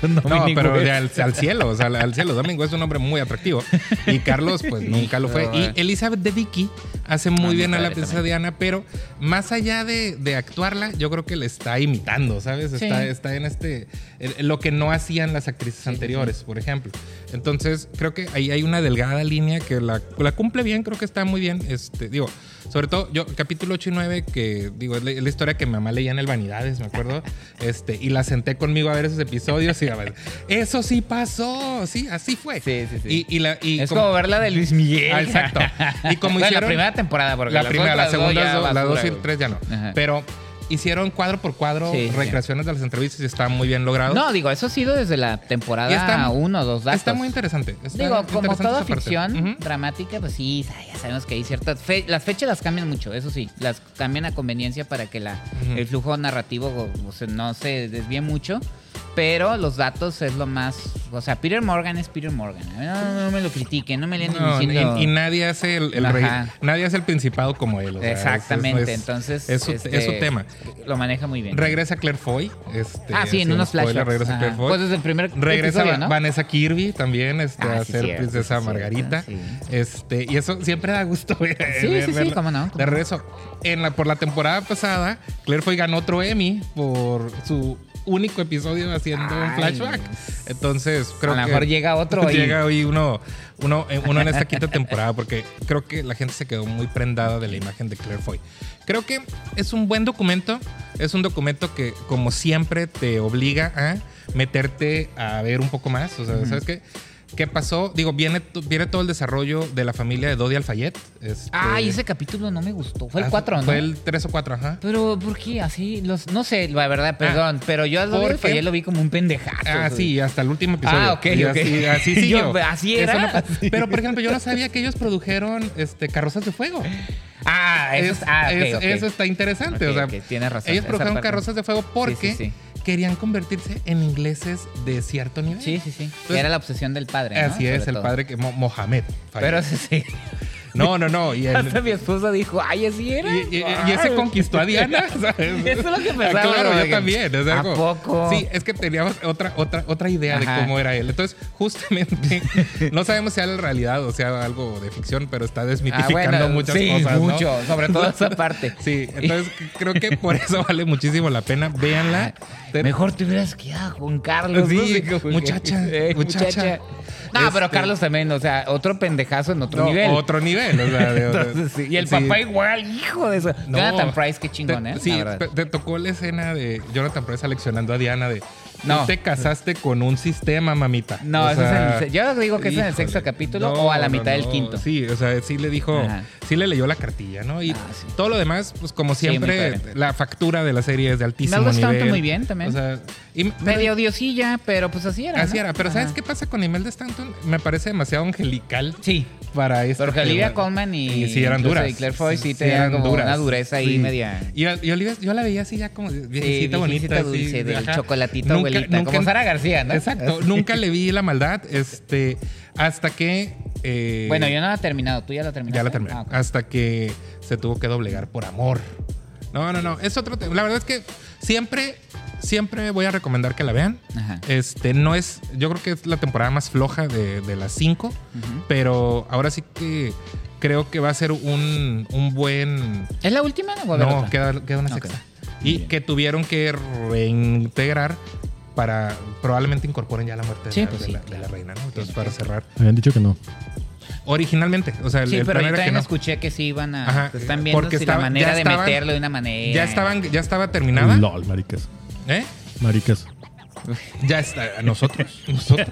Speaker 1: con
Speaker 2: No,
Speaker 1: Dominic
Speaker 2: pero
Speaker 1: West.
Speaker 2: de al, al cielo, o sea, al cielo. Domingo es un hombre muy atractivo. Y Carlos, pues nunca lo fue.
Speaker 1: No, eh.
Speaker 2: Y Elizabeth de Vicky hace muy
Speaker 1: Ah, mi
Speaker 2: bien a la
Speaker 1: padre
Speaker 2: princesa
Speaker 1: también.
Speaker 2: Diana, pero más allá de, de actuarla, yo creo que le está imitando, ¿sabes?
Speaker 1: Sí.
Speaker 2: Está, está en este. en Lo que no hacían las actrices anteriores, por ejemplo. Entonces, creo que ahí hay una delgada línea que la, la cumple bien, creo que está muy bien. Este, digo, sobre todo, yo, capítulo 8 y 9, que digo, es la, es la historia que mi mamá leía en el Vanidades,
Speaker 1: <laughs>
Speaker 2: me acuerdo. este, y la senté conmigo a ver esos episodios y a ver, eso sí pasó, sí, así fue.
Speaker 1: Sí, sí, sí.
Speaker 2: Y, y la, y
Speaker 1: es como, ver la de Luis Miguel.
Speaker 2: Ah, exacto. Y como
Speaker 1: Bueno, la
Speaker 2: hicieron-
Speaker 1: primera temporada, porque
Speaker 2: la
Speaker 1: las
Speaker 2: primera, la
Speaker 1: otras dos
Speaker 2: segunda,
Speaker 1: ya
Speaker 2: do- la
Speaker 1: basura,
Speaker 2: dos y
Speaker 1: güey.
Speaker 2: tres ya no.
Speaker 1: Ajá.
Speaker 2: Pero hicieron cuadro por cuadro
Speaker 1: Sí, sí.
Speaker 2: recreaciones de las entrevistas y está muy bien logrado.
Speaker 1: No, digo, eso ha sido desde la
Speaker 2: Y
Speaker 1: temporada
Speaker 2: está-
Speaker 1: 1 o 2 datos.
Speaker 2: Está muy interesante. está
Speaker 1: Digo, como
Speaker 2: interesante
Speaker 1: toda
Speaker 2: esa parte.
Speaker 1: ficción
Speaker 2: Ujú.
Speaker 1: dramática, pues sí, ya sabemos que hay ciertas... fe- las fechas las cambian mucho, eso sí. Las cambian a conveniencia para que la,
Speaker 2: Ujú.
Speaker 1: el flujo narrativo o sea, no se desvíe mucho. Pero los datos es lo más... O sea, Peter Morgan es Peter Morgan. A mí No, no me lo critiquen, no me le anden
Speaker 2: No, y,
Speaker 1: diciendo...
Speaker 2: y nadie hace el, el
Speaker 1: Ajá.
Speaker 2: rey, nadie hace el principado como él. o sea, es- es-
Speaker 1: Exactamente,
Speaker 2: es-
Speaker 1: entonces...
Speaker 2: es su, es su
Speaker 1: este,
Speaker 2: tema.
Speaker 1: Lo maneja muy bien.
Speaker 2: Regresa Claire Foy. este,
Speaker 1: ah, sí, en
Speaker 2: hace
Speaker 1: unos
Speaker 2: un spoiler,
Speaker 1: flashbacks.
Speaker 2: Regresa
Speaker 1: ajá.
Speaker 2: Claire Foy.
Speaker 1: Pues desde el primer
Speaker 2: Regresa
Speaker 1: episodio,
Speaker 2: Va-
Speaker 1: ¿no?
Speaker 2: Vanessa Kirby también este,
Speaker 1: Ah,
Speaker 2: a
Speaker 1: sí,
Speaker 2: ser
Speaker 1: cierto,
Speaker 2: princesa
Speaker 1: sí, cierto,
Speaker 2: Margarita.
Speaker 1: sí.
Speaker 2: Este, y eso siempre da gusto ver.
Speaker 1: Sí,
Speaker 2: ver-
Speaker 1: sí, sí,
Speaker 2: verlo.
Speaker 1: cómo no, cómo
Speaker 2: De
Speaker 1: no.
Speaker 2: regreso. En la, por la temporada pasada, Claire Foy ganó otro Emmy por su único episodio haciendo un
Speaker 1: Ay.
Speaker 2: flashback. Entonces, creo
Speaker 1: a
Speaker 2: que
Speaker 1: lo mejor llega otro ahí.
Speaker 2: <laughs> llega hoy uno, uno, eh, uno en esta quinta temporada porque creo que la gente se quedó muy prendada de la imagen de Claire Foy. Creo que es un buen documento, es un documento que como siempre te obliga a meterte a ver un poco más, o sea, ¿sabes qué? ¿Qué pasó? Digo, viene, to- viene todo el desarrollo de la familia de Dodi Alfayet. este-
Speaker 1: Ay, Ah, ese capítulo no me gustó. Fue
Speaker 2: Ah,
Speaker 1: el 4, ¿no?
Speaker 2: Fue el 3 o 4, ajá.
Speaker 1: Pero, ¿por qué? Así, los, no sé, la verdad, perdón, pero yo a
Speaker 2: ¿por
Speaker 1: Dorian
Speaker 2: qué?
Speaker 1: Fayet pues, lo vi como un pendejazo.
Speaker 2: Ah,
Speaker 1: güey.
Speaker 2: sí, hasta el último episodio.
Speaker 1: Ah, ok,
Speaker 2: Y
Speaker 1: ok. <laughs>
Speaker 2: Así, así
Speaker 1: Yo,
Speaker 2: siguió.
Speaker 1: ¿así
Speaker 2: Eso
Speaker 1: era? <laughs>
Speaker 2: no pa- pero, por ejemplo, yo no sabía que ellos produjeron este, Carrozas de Fuego.
Speaker 1: Ah, eso,
Speaker 2: Es-
Speaker 1: es, ah, ok,
Speaker 2: es-
Speaker 1: ok.
Speaker 2: eso está interesante.
Speaker 1: Ok,
Speaker 2: o sea,
Speaker 1: ok, tienes razón.
Speaker 2: ellos
Speaker 1: esa
Speaker 2: produjeron
Speaker 1: parte.
Speaker 2: carrozas de fuego porque
Speaker 1: Sí, sí,
Speaker 2: querían convertirse en ingleses de cierto nivel.
Speaker 1: sí. Sí, sí, sí.
Speaker 2: Entonces,
Speaker 1: Era la obsesión del padre, ¿no?
Speaker 2: Así es,
Speaker 1: Sobre
Speaker 2: el
Speaker 1: todo.
Speaker 2: padre que Mo- Mohamed. Fayed.
Speaker 1: Pero sí, sí. <laughs>
Speaker 2: no, no, no. Y, el-
Speaker 1: Hasta mi esposa dijo, ay, así era.
Speaker 2: y- y- y ese conquistó a Diana. <laughs> ¿sabes?
Speaker 1: Eso es lo que pensaba,
Speaker 2: Ah, Claro,
Speaker 1: güey,
Speaker 2: yo
Speaker 1: que-
Speaker 2: también. o sea,
Speaker 1: ¿A
Speaker 2: como-
Speaker 1: poco?
Speaker 2: Sí, es que teníamos otra, otra, otra idea
Speaker 1: Ajá.
Speaker 2: de cómo era él. Entonces,
Speaker 1: <laughs>
Speaker 2: justamente, no sabemos si era la realidad o sea algo de ficción, pero está
Speaker 1: Ah,
Speaker 2: desmitificando
Speaker 1: bueno,
Speaker 2: muchas
Speaker 1: sí,
Speaker 2: cosas. ¿no?
Speaker 1: mucho, sobre todo esa parte.
Speaker 2: <laughs> Sí, entonces creo que por eso vale muchísimo la pena. Véanla. Te-
Speaker 1: Mejor te hubieras quedado con Carlos.
Speaker 2: Sí,
Speaker 1: ¿no? Así como que-
Speaker 2: <laughs> muchacha, muchacha.
Speaker 1: No, pero
Speaker 2: Este-
Speaker 1: Carlos también, o sea, otro pendejazo en otro
Speaker 2: No,
Speaker 1: nivel. <laughs>
Speaker 2: Otro nivel. o sea, de-
Speaker 1: Entonces, sí. Y el
Speaker 2: sí.
Speaker 1: papá igual, hijo de eso.
Speaker 2: No.
Speaker 1: Jonathan Price, qué chingón,
Speaker 2: Te-
Speaker 1: ¿eh?
Speaker 2: Sí,
Speaker 1: La verdad.
Speaker 2: te, te tocó la escena de Jonathan Price seleccionando a Diana de. No.
Speaker 1: No.
Speaker 2: Te casaste con un sistema, mamita.
Speaker 1: No,
Speaker 2: O
Speaker 1: eso es
Speaker 2: sea,
Speaker 1: en el se- yo digo que es en el
Speaker 2: híjole.
Speaker 1: sexto capítulo o a la mitad del quinto.
Speaker 2: Sí, o sea, sí le dijo,
Speaker 1: Ajá.
Speaker 2: sí le leyó la cartilla, ¿no? Y
Speaker 1: Ah, sí.
Speaker 2: todo lo demás, pues como
Speaker 1: Sí, muy
Speaker 2: siempre,
Speaker 1: padre.
Speaker 2: la factura de la serie es de altísimo
Speaker 1: Imelda Staunton
Speaker 2: nivel.
Speaker 1: muy bien también.
Speaker 2: O sea, y-
Speaker 1: Medio diosilla, pero pues así era.
Speaker 2: Así
Speaker 1: ¿no?
Speaker 2: era, pero ¿sabes
Speaker 1: Ajá.
Speaker 2: qué pasa con Imelda Stanton? Me parece demasiado angelical
Speaker 1: Sí.
Speaker 2: para este esto.
Speaker 1: Porque Olivia Colman y,
Speaker 2: sí eran
Speaker 1: incluso
Speaker 2: duras.
Speaker 1: y Claire Foy sí, tenían
Speaker 2: eran
Speaker 1: como
Speaker 2: duras.
Speaker 1: una dureza ahí
Speaker 2: Sí.
Speaker 1: media. eh,
Speaker 2: Y, a- y Olivia, yo la veía así ya como viejecita
Speaker 1: viejecita
Speaker 2: bonita. así,
Speaker 1: dulce, del
Speaker 2: ajá.
Speaker 1: chocolatito abuelita, como Sara García, ¿no?
Speaker 2: Exacto. nunca le vi la maldad. Este. Hasta que. eh,
Speaker 1: Bueno, yo no la he terminado, tú ya la terminaste.
Speaker 2: ya la terminé.
Speaker 1: Ah, ok.
Speaker 2: Hasta que se tuvo que doblegar por amor. No, no, no. Es otro tema. La verdad es que siempre, siempre voy a recomendar que la vean.
Speaker 1: Ajá.
Speaker 2: Este, no es. Yo creo que es la temporada más floja de, de las cinco.
Speaker 1: Ujú.
Speaker 2: Pero ahora sí que creo que va a ser un, un buen.
Speaker 1: ¿Es la última o va a haber
Speaker 2: No,
Speaker 1: otra?
Speaker 2: queda, queda una
Speaker 1: Ok.
Speaker 2: sexta.
Speaker 1: Muy
Speaker 2: Y
Speaker 1: bien.
Speaker 2: que tuvieron que reintegrar para probablemente incorporen ya la muerte de,
Speaker 1: Sí,
Speaker 2: la,
Speaker 1: pues
Speaker 2: de
Speaker 1: sí,
Speaker 2: la- de
Speaker 1: claro.
Speaker 2: la reina, ¿no? Entonces, para cerrar.
Speaker 3: Habían dicho que no.
Speaker 2: Originalmente, o sea, el,
Speaker 1: Sí,
Speaker 2: el
Speaker 1: pero
Speaker 2: plan
Speaker 1: yo
Speaker 2: era que
Speaker 1: también
Speaker 2: no.
Speaker 1: escuché que sí iban a.
Speaker 2: Ajá,
Speaker 1: te están viendo
Speaker 2: porque
Speaker 1: si
Speaker 2: estaba-
Speaker 1: la manera
Speaker 2: ya
Speaker 1: de
Speaker 2: estaban-
Speaker 1: meterlo de una manera.
Speaker 2: Ya estaban, ya estaba terminada.
Speaker 3: LOL, maricas.
Speaker 2: ¿Eh?
Speaker 3: Maricas.
Speaker 2: Ya está. Nosotros. <laughs> Nosotros.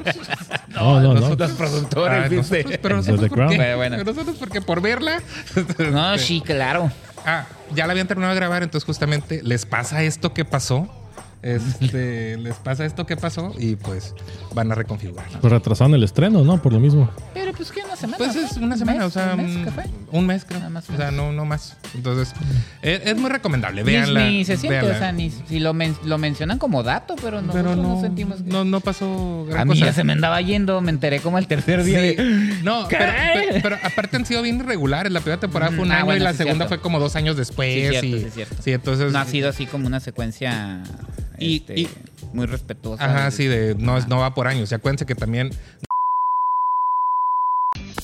Speaker 3: No, no, no.
Speaker 1: Los productores,
Speaker 2: Ah,
Speaker 1: ¿viste?
Speaker 2: nosotros, pero
Speaker 3: Desde
Speaker 2: nosotros, ¿por
Speaker 3: Crown.
Speaker 2: qué?
Speaker 1: Pero bueno.
Speaker 2: Pero nosotros porque por verla.
Speaker 1: <laughs> No,
Speaker 2: este,
Speaker 1: sí, claro.
Speaker 2: Ah, ya la habían terminado de grabar, entonces justamente les pasa esto que pasó.
Speaker 1: <laughs>
Speaker 2: Este, les pasa esto que pasó y pues van a reconfigurar.
Speaker 3: Pues retrasaron el estreno, ¿no? Por lo mismo.
Speaker 1: Pero pues que una semana.
Speaker 2: Pues
Speaker 1: ¿no?
Speaker 2: es una
Speaker 1: ¿Un
Speaker 2: semana,
Speaker 1: mes?
Speaker 2: o sea, mm,
Speaker 1: ¿Un mes? ¿Qué fue?
Speaker 2: un, un mes creo.
Speaker 1: Ah, más o
Speaker 2: o sea, no, no más. Entonces, es, es muy recomendable. Veanla.
Speaker 1: ni, ni se siente,
Speaker 2: véanla.
Speaker 1: o sea, ni si lo, men- lo mencionan como dato, pero nosotros
Speaker 2: Pero
Speaker 1: no,
Speaker 2: no,
Speaker 1: sentimos que.
Speaker 2: no, no pasó gran
Speaker 1: a mí
Speaker 2: cosa.
Speaker 1: ya se me andaba yendo, me enteré como el tercer
Speaker 2: Sí.
Speaker 1: día de.
Speaker 2: No,
Speaker 1: ¿Qué?
Speaker 2: pero, pero- pero aparte han sido bien irregulares. La primera temporada fue un
Speaker 1: Ah,
Speaker 2: año y
Speaker 1: bueno,
Speaker 2: la
Speaker 1: sí,
Speaker 2: segunda
Speaker 1: cierto.
Speaker 2: fue como dos años después.
Speaker 1: Sí, cierto,
Speaker 2: y,
Speaker 1: sí, cierto.
Speaker 2: entonces.
Speaker 1: No ha sido así como una secuencia.
Speaker 2: Pues, Y,
Speaker 1: este,
Speaker 2: y
Speaker 1: muy respetuosa.
Speaker 2: Ajá, sí, de, no, es- no va por años. Y acuérdense que también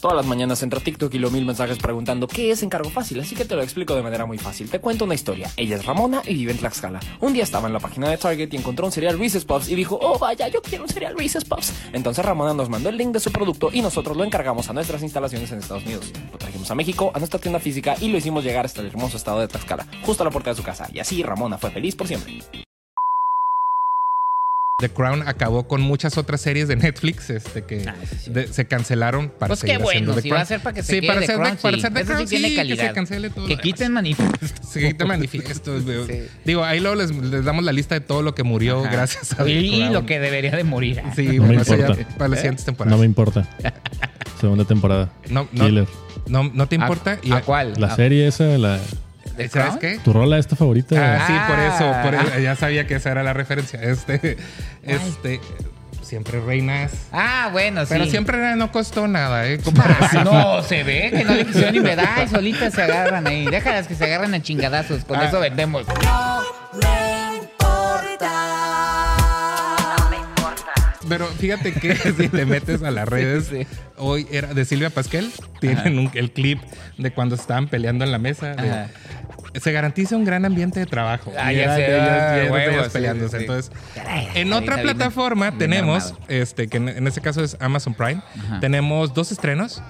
Speaker 5: Todas las mañanas entra TikTok y lo mil mensajes preguntando qué es encargo fácil, así que te lo explico de manera muy fácil. Te cuento una historia. Ella es Ramona y vive en Tlaxcala. Un día estaba en la página de Target y encontró un cereal Reese's Puffs y dijo, oh vaya, yo quiero un cereal Reese's Puffs. Entonces Ramona nos mandó el link de su producto y nosotros lo encargamos a nuestras instalaciones en Estados Unidos. Lo trajimos a México, a nuestra tienda física y lo hicimos llegar hasta el hermoso estado de Tlaxcala, justo a la puerta de su casa. Y así Ramona fue feliz por siempre.
Speaker 2: The Crown acabó con muchas otras series de Netflix este, que
Speaker 1: Ah, sí, sí.
Speaker 2: de- se cancelaron para
Speaker 1: Pues qué
Speaker 2: seguir haciendo
Speaker 1: bueno,
Speaker 2: The
Speaker 1: si va a
Speaker 2: Crown.
Speaker 1: ser para que se
Speaker 2: Sí,
Speaker 1: quede
Speaker 2: para
Speaker 1: The
Speaker 2: ser The-
Speaker 1: Crown,
Speaker 2: para
Speaker 1: sí.
Speaker 2: ser The
Speaker 1: Eso
Speaker 2: Crown,
Speaker 1: sí tiene
Speaker 2: sí,
Speaker 1: calidad.
Speaker 2: que se cancele todo.
Speaker 1: Que
Speaker 2: lo
Speaker 1: quiten
Speaker 2: <laughs>
Speaker 1: manifiestos.
Speaker 2: demás. Se
Speaker 1: <laughs>
Speaker 2: quiten manifiestos. güey.
Speaker 1: Sí.
Speaker 2: Digo, ahí luego les, les damos la lista de todo lo que murió
Speaker 1: Ajá.
Speaker 2: gracias a
Speaker 1: Y,
Speaker 2: The
Speaker 1: y
Speaker 2: Crown.
Speaker 1: lo que ¿Eh? debería de morir. ah.
Speaker 2: Sí,
Speaker 3: No
Speaker 2: bueno,
Speaker 3: me
Speaker 2: eso ya
Speaker 3: importa.
Speaker 2: para las siguientes temporadas.
Speaker 3: No me importa. Segunda temporada.
Speaker 2: No, no,
Speaker 3: Killer.
Speaker 2: no, no te importa.
Speaker 1: ¿A, a cuál?
Speaker 3: La
Speaker 1: ¿A-
Speaker 3: serie esa, la,
Speaker 1: The
Speaker 2: ¿Sabes
Speaker 1: Crown?
Speaker 2: qué?
Speaker 3: tu rola esta favorita.
Speaker 2: Ah, sí, por eso, por
Speaker 1: Ah.
Speaker 2: eso. Ya sabía que esa era la referencia. Este, este, siempre reinas.
Speaker 1: Ah, bueno, sí.
Speaker 2: Pero siempre era- no costó nada, ¿eh?
Speaker 1: <laughs>
Speaker 2: <laughs>
Speaker 1: Ah, no, se ve que no le quisieron ni verdad y solitas se agarran ahí. Déjalas que se agarran a chingadazos, con
Speaker 2: Ah.
Speaker 1: eso vendemos.
Speaker 2: Pero fíjate que <laughs> si te metes a las redes,
Speaker 1: Sí, sí.
Speaker 2: hoy era de Silvia Pasquel, tienen un- el clip de cuando estaban peleando en la mesa. de,
Speaker 1: Ajá.
Speaker 2: se garantiza un gran ambiente de trabajo.
Speaker 1: Ah,
Speaker 2: Y
Speaker 1: ya
Speaker 2: era
Speaker 1: sé,
Speaker 2: de ellas-
Speaker 1: ah,
Speaker 2: de ellas- de
Speaker 1: huevo,
Speaker 2: ellas
Speaker 1: sí,
Speaker 2: peleándose.
Speaker 1: sí.
Speaker 2: Entonces,
Speaker 1: Caray,
Speaker 2: en
Speaker 1: ahorita
Speaker 2: otra
Speaker 1: bien-
Speaker 2: plataforma
Speaker 1: bien
Speaker 2: tenemos,
Speaker 1: armado.
Speaker 2: este, que en, en este caso es Amazon Prime,
Speaker 1: Ajá.
Speaker 2: tenemos dos estrenos.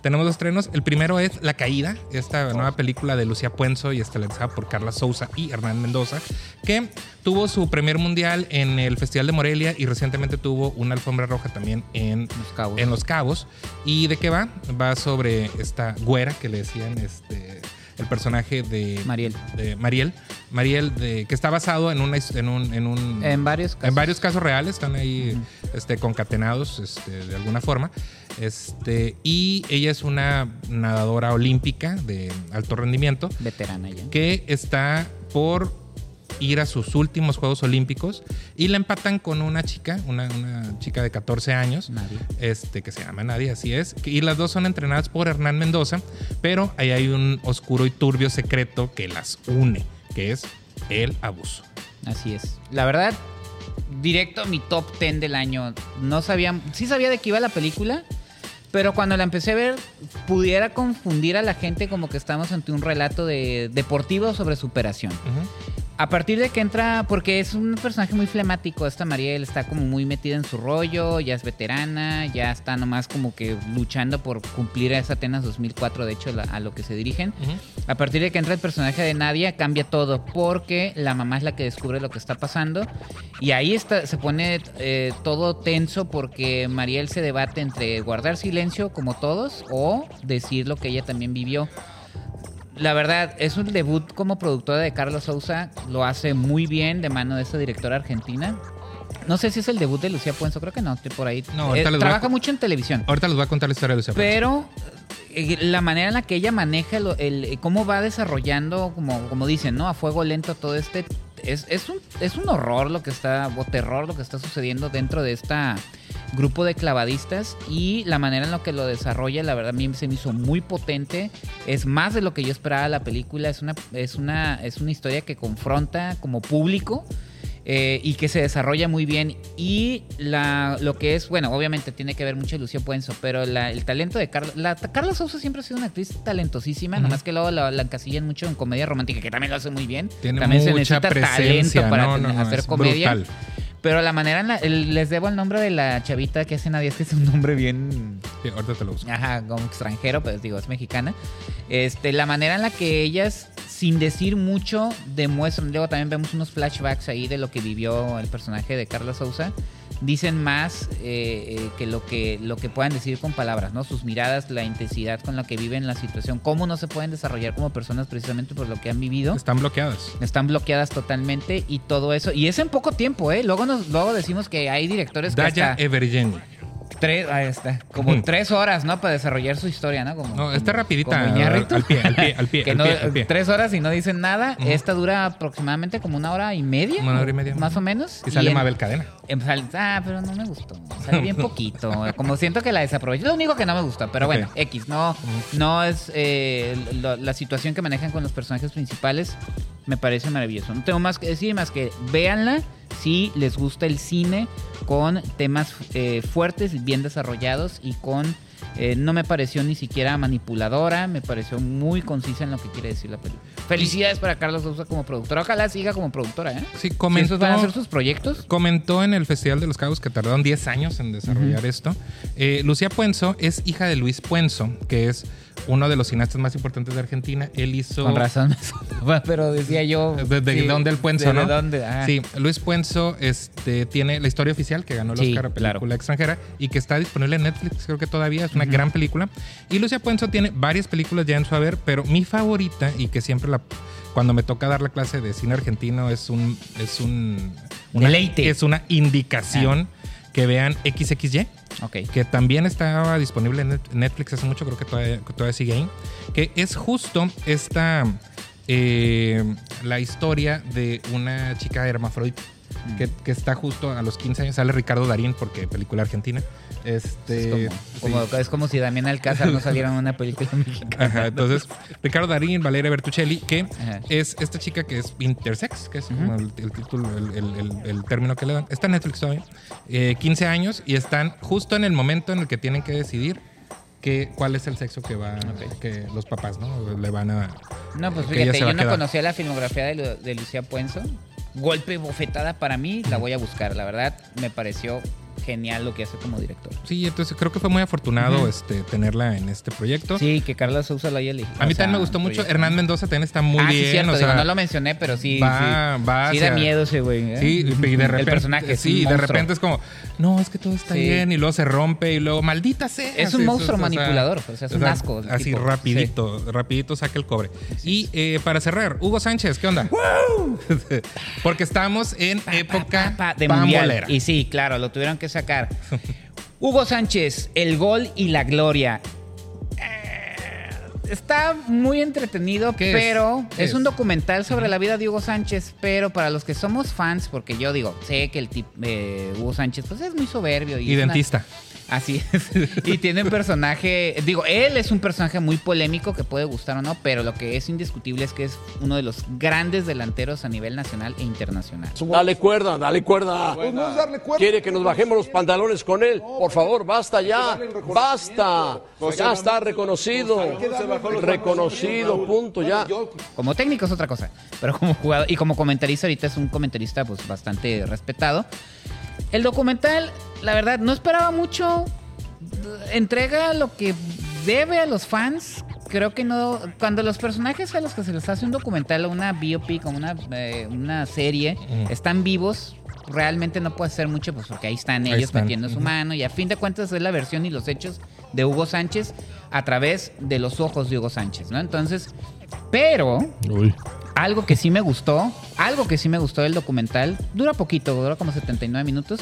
Speaker 2: Tenemos dos estrenos. El primero es La Caída, esta nueva película de Lucía Puenzo y estelarizada por Carla Souza y Hernán Mendoza, que tuvo su premier mundial en el Festival de Morelia y recientemente tuvo una alfombra roja también en
Speaker 1: Los Cabos.
Speaker 2: en Los Cabos. ¿Y de qué va? Va sobre esta güera que le decían este, el personaje de
Speaker 1: Mariel.
Speaker 2: de Mariel. Mariel, de, que está basado en, una, his- en un. En, un-
Speaker 1: En varios casos.
Speaker 2: en varios casos reales, están ahí este, concatenados este, de alguna forma. Este, y ella es una nadadora olímpica de alto rendimiento
Speaker 1: Veterana ya.
Speaker 2: que está por ir a sus últimos Juegos Olímpicos y la empatan con una chica, una, una chica de 14 años,
Speaker 1: Nadie.
Speaker 2: este, que se llama Nadia, así es, que- y las dos son entrenadas por Hernán Mendoza, pero ahí hay un oscuro y turbio secreto que las une, que es el abuso.
Speaker 1: Así es. La verdad, directo a mi top 10 del año. No sabía, sí sabía de qué iba la película, pero cuando la empecé a ver, pudiera confundir a la gente como que estamos ante un relato de deportivo sobre superación. A partir de que entra, porque es un personaje muy flemático, esta Mariel está como muy metida en su rollo, ya es veterana, ya está nomás como que luchando por cumplir a esa Atenas 2004, de hecho, la- a lo que se dirigen. A partir de que entra el personaje de Nadia, cambia todo, porque la mamá es la que descubre lo que está pasando. Y ahí está, se pone eh, todo tenso porque Mariel se debate entre guardar silencio, como todos, o decir lo que ella también vivió. La verdad, es un debut como productora de Carlos Sousa, lo hace muy bien de mano de esta directora argentina. No sé si es el debut de Lucía Puenzo, creo que no, estoy por ahí. Eh,
Speaker 2: No, ahorita les voy a-
Speaker 1: trabaja mucho en televisión.
Speaker 2: Ahorita les voy a contar la historia de Lucía Ponce.
Speaker 1: Pero eh, la manera en la que ella maneja lo- el, eh, cómo va desarrollando, como, como dicen, ¿no? A fuego lento todo este. Es, es un, es un horror lo que está, o terror lo que está sucediendo dentro de esta grupo de clavadistas y la manera en la que lo desarrolla, la verdad, a mí se me hizo muy potente. Es más de lo que yo esperaba de la película. Es una, es una, es una historia que confronta como público eh, y que se desarrolla muy bien. Y la, lo que es, bueno, obviamente tiene que ver mucho Lucio Puenzo, pero la- el talento de Carla. La, Carla Sousa siempre ha sido una actriz talentosísima, nomás que luego la, la encasillan mucho en comedia romántica, que también lo hace muy bien.
Speaker 2: tiene
Speaker 1: también
Speaker 2: mucha presencia,
Speaker 1: para
Speaker 2: no,
Speaker 1: ten-
Speaker 2: no, no,
Speaker 1: hacer
Speaker 2: es
Speaker 1: comedia.
Speaker 2: brutal.
Speaker 1: Pero la manera en la. el- les debo el nombre de la chavita que hace nadie, es que es un nombre bien.
Speaker 2: Sí, ahorita te lo busco.
Speaker 1: Ajá, como extranjero, pues digo, es mexicana. Este, la manera en la que ellas, sin decir mucho, demuestran. Luego también vemos unos flashbacks ahí de lo que vivió el personaje de Carla Souza. Dicen más eh, eh, que, lo que lo que puedan decir con palabras, ¿no? Sus miradas, la intensidad con la que viven la situación, cómo no se pueden desarrollar como personas precisamente por lo que han vivido.
Speaker 2: Están bloqueadas.
Speaker 1: Están bloqueadas totalmente y todo eso. Y es en poco tiempo, ¿eh? Luego, nos, luego decimos que hay directores que
Speaker 2: Daya
Speaker 1: hasta
Speaker 2: Evergeni.
Speaker 1: tres, ahí está, como
Speaker 2: Ujú.
Speaker 1: tres horas, ¿no? Para desarrollar su historia, ¿no? Como,
Speaker 2: No, está
Speaker 1: como-
Speaker 2: rapidita.
Speaker 1: como Iñárritu.
Speaker 2: Al pie, al pie, al
Speaker 1: <laughs>
Speaker 2: pie.
Speaker 1: que
Speaker 2: al
Speaker 1: no,
Speaker 2: pie, al pie.
Speaker 1: tres horas y no dicen nada.
Speaker 2: Ujú.
Speaker 1: Esta dura aproximadamente como una hora y media.
Speaker 2: Una hora y media.
Speaker 1: Más o menos.
Speaker 2: Y sale
Speaker 1: en-
Speaker 2: Mabel Cadena.
Speaker 1: em, sal- ah, pero no me gustó. Salió bien poquito. Como siento que la desaproveché. Lo único que no me gustó, pero bueno,
Speaker 2: Ok.
Speaker 1: X. No, no es eh, lo- la situación que manejan con los personajes principales. Me parece maravilloso. No tengo más que decir, más que véanla si les gusta el cine con temas eh, fuertes, bien desarrollados y con... eh, no me pareció ni siquiera manipuladora, me pareció muy concisa en lo que quiere decir la película. Felicidades para Carlos Sousa como productora. Ojalá siga como productora, ¿eh? Si
Speaker 2: Sí,
Speaker 1: esos van a
Speaker 2: comentó,
Speaker 1: ser sus proyectos.
Speaker 2: comentó en el Festival de los Cabos que tardaron 10 años en desarrollar esto. Eh, Lucía Puenzo es hija de Luis Puenzo, que es uno de los cineastas más importantes de Argentina. Él hizo...
Speaker 1: Con
Speaker 2: <laughs>
Speaker 1: razón me sonaba, pero decía yo.
Speaker 2: ¿De, de
Speaker 1: sí,
Speaker 2: dónde el Puenzo,
Speaker 1: de-
Speaker 2: no?
Speaker 1: ¿De dónde? Ah,
Speaker 2: Sí, Luis Puenzo este, tiene la historia oficial que ganó el
Speaker 1: Sí,
Speaker 2: Oscar a película
Speaker 1: claro.
Speaker 2: extranjera y que está disponible en Netflix, creo que todavía es una gran película. Y Lucia Puenzo tiene varias películas ya en su haber, pero mi favorita y que siempre la cuando me toca dar la clase de cine argentino es un es un una-
Speaker 1: Deleite. Ah.
Speaker 2: es una indicación que vean XXY
Speaker 1: Ok.
Speaker 2: que también estaba disponible en Net- Netflix hace mucho, creo que todavía, que todavía sigue ahí, que es justo esta, eh, la historia de una chica hermafrodita.
Speaker 1: Mm.
Speaker 2: Que, que está justo a los 15 años, sale Ricardo Darín, porque película argentina. Este,
Speaker 1: Es como,
Speaker 2: sí.
Speaker 1: como- es como si Damián Alcázar no saliera en una película <laughs> mexicana.
Speaker 2: Ajá, entonces, Ricardo Darín, Valeria Bertuccelli, que
Speaker 1: Ajá.
Speaker 2: es esta chica que es intersex, que es como el, el título, el, el- el- el término que le dan. Está en Netflix todavía. eh, 15 años y están justo en el momento en el que tienen que decidir que, cuál es el sexo que va que los papás no le van a
Speaker 1: No, pues
Speaker 2: que ella
Speaker 1: fíjate,
Speaker 2: se
Speaker 1: yo
Speaker 2: va a
Speaker 1: no
Speaker 2: quedar.
Speaker 1: conocía la filmografía de, Lu- de Lucía Puenzo. Golpe bofetada para mí, la voy a buscar. La verdad, me pareció genial lo que hace como director.
Speaker 2: sí entonces creo que fue muy afortunado este tenerla en este proyecto
Speaker 1: Sí, que Carlos Sousa lo haya elegido.
Speaker 2: a mí
Speaker 1: O sea,
Speaker 2: también me gustó mucho
Speaker 1: proyecto.
Speaker 2: Hernán Mendoza también está muy
Speaker 1: ah,
Speaker 2: bien
Speaker 1: sí, cierto.
Speaker 2: o
Speaker 1: digo,
Speaker 2: sea,
Speaker 1: no lo mencioné, pero sí.
Speaker 2: va-
Speaker 1: sí.
Speaker 2: va
Speaker 1: Sí da
Speaker 2: hacia-
Speaker 1: miedo ese güey. ¿eh?
Speaker 2: Sí, y de repente.
Speaker 1: El personaje. es un
Speaker 2: Sí, de
Speaker 1: monstruo.
Speaker 2: repente es como, no, es que todo está
Speaker 1: Sí.
Speaker 2: bien, y luego se rompe, y luego, maldita sea.
Speaker 1: Es un
Speaker 2: Sí,
Speaker 1: monstruo
Speaker 2: o sea,
Speaker 1: manipulador, o sea, es un asco el
Speaker 2: Así
Speaker 1: tipo.
Speaker 2: rapidito, rapidito saca el cobre. Y eh, para cerrar, Hugo Sánchez, ¿qué onda? Porque estamos en época
Speaker 1: Pa, de mundial.
Speaker 2: pambolera.
Speaker 1: Y sí, claro, lo tuvieron que sacar. <laughs> Hugo Sánchez, el gol y la gloria. Eh, Está muy entretenido,
Speaker 2: ¿Qué es?
Speaker 1: pero
Speaker 2: ¿Qué
Speaker 1: es,
Speaker 2: es?
Speaker 1: un documental sobre la vida de Hugo Sánchez. Pero para los que somos fans, porque yo digo, sé que el tip, eh, Hugo Sánchez pues es muy soberbio y,
Speaker 2: Y
Speaker 1: es una-
Speaker 2: dentista.
Speaker 1: Así es. <laughs> Y tiene un personaje, digo, él es un personaje muy polémico que puede gustar o no, pero lo que es indiscutible es que es uno de los grandes delanteros a nivel nacional e internacional.
Speaker 6: Dale cuerda, dale cuerda. Quiere que nos bajemos los pantalones con él. Por favor, basta ya. Basta. Ya está reconocido. Reconocido, punto, ya.
Speaker 1: Como técnico es otra cosa, pero como jugador y como comentarista ahorita es un comentarista pues bastante respetado. El documental, la verdad, no esperaba mucho. Entrega lo que debe a los fans. Creo que no. Cuando los personajes a los que se les hace un documental o una biopic o una, eh, una serie están vivos, realmente no puede hacer mucho, pues porque ahí están
Speaker 2: Ahí
Speaker 1: ellos
Speaker 2: están,
Speaker 1: metiendo su
Speaker 2: ujú.
Speaker 1: mano. Y a fin de cuentas es la versión y los hechos de Hugo Sánchez a través de los ojos de Hugo Sánchez, ¿no? Entonces. Pero
Speaker 3: Uy.
Speaker 1: algo que sí me gustó, algo que sí me gustó del documental, dura poquito, dura como 79 minutos,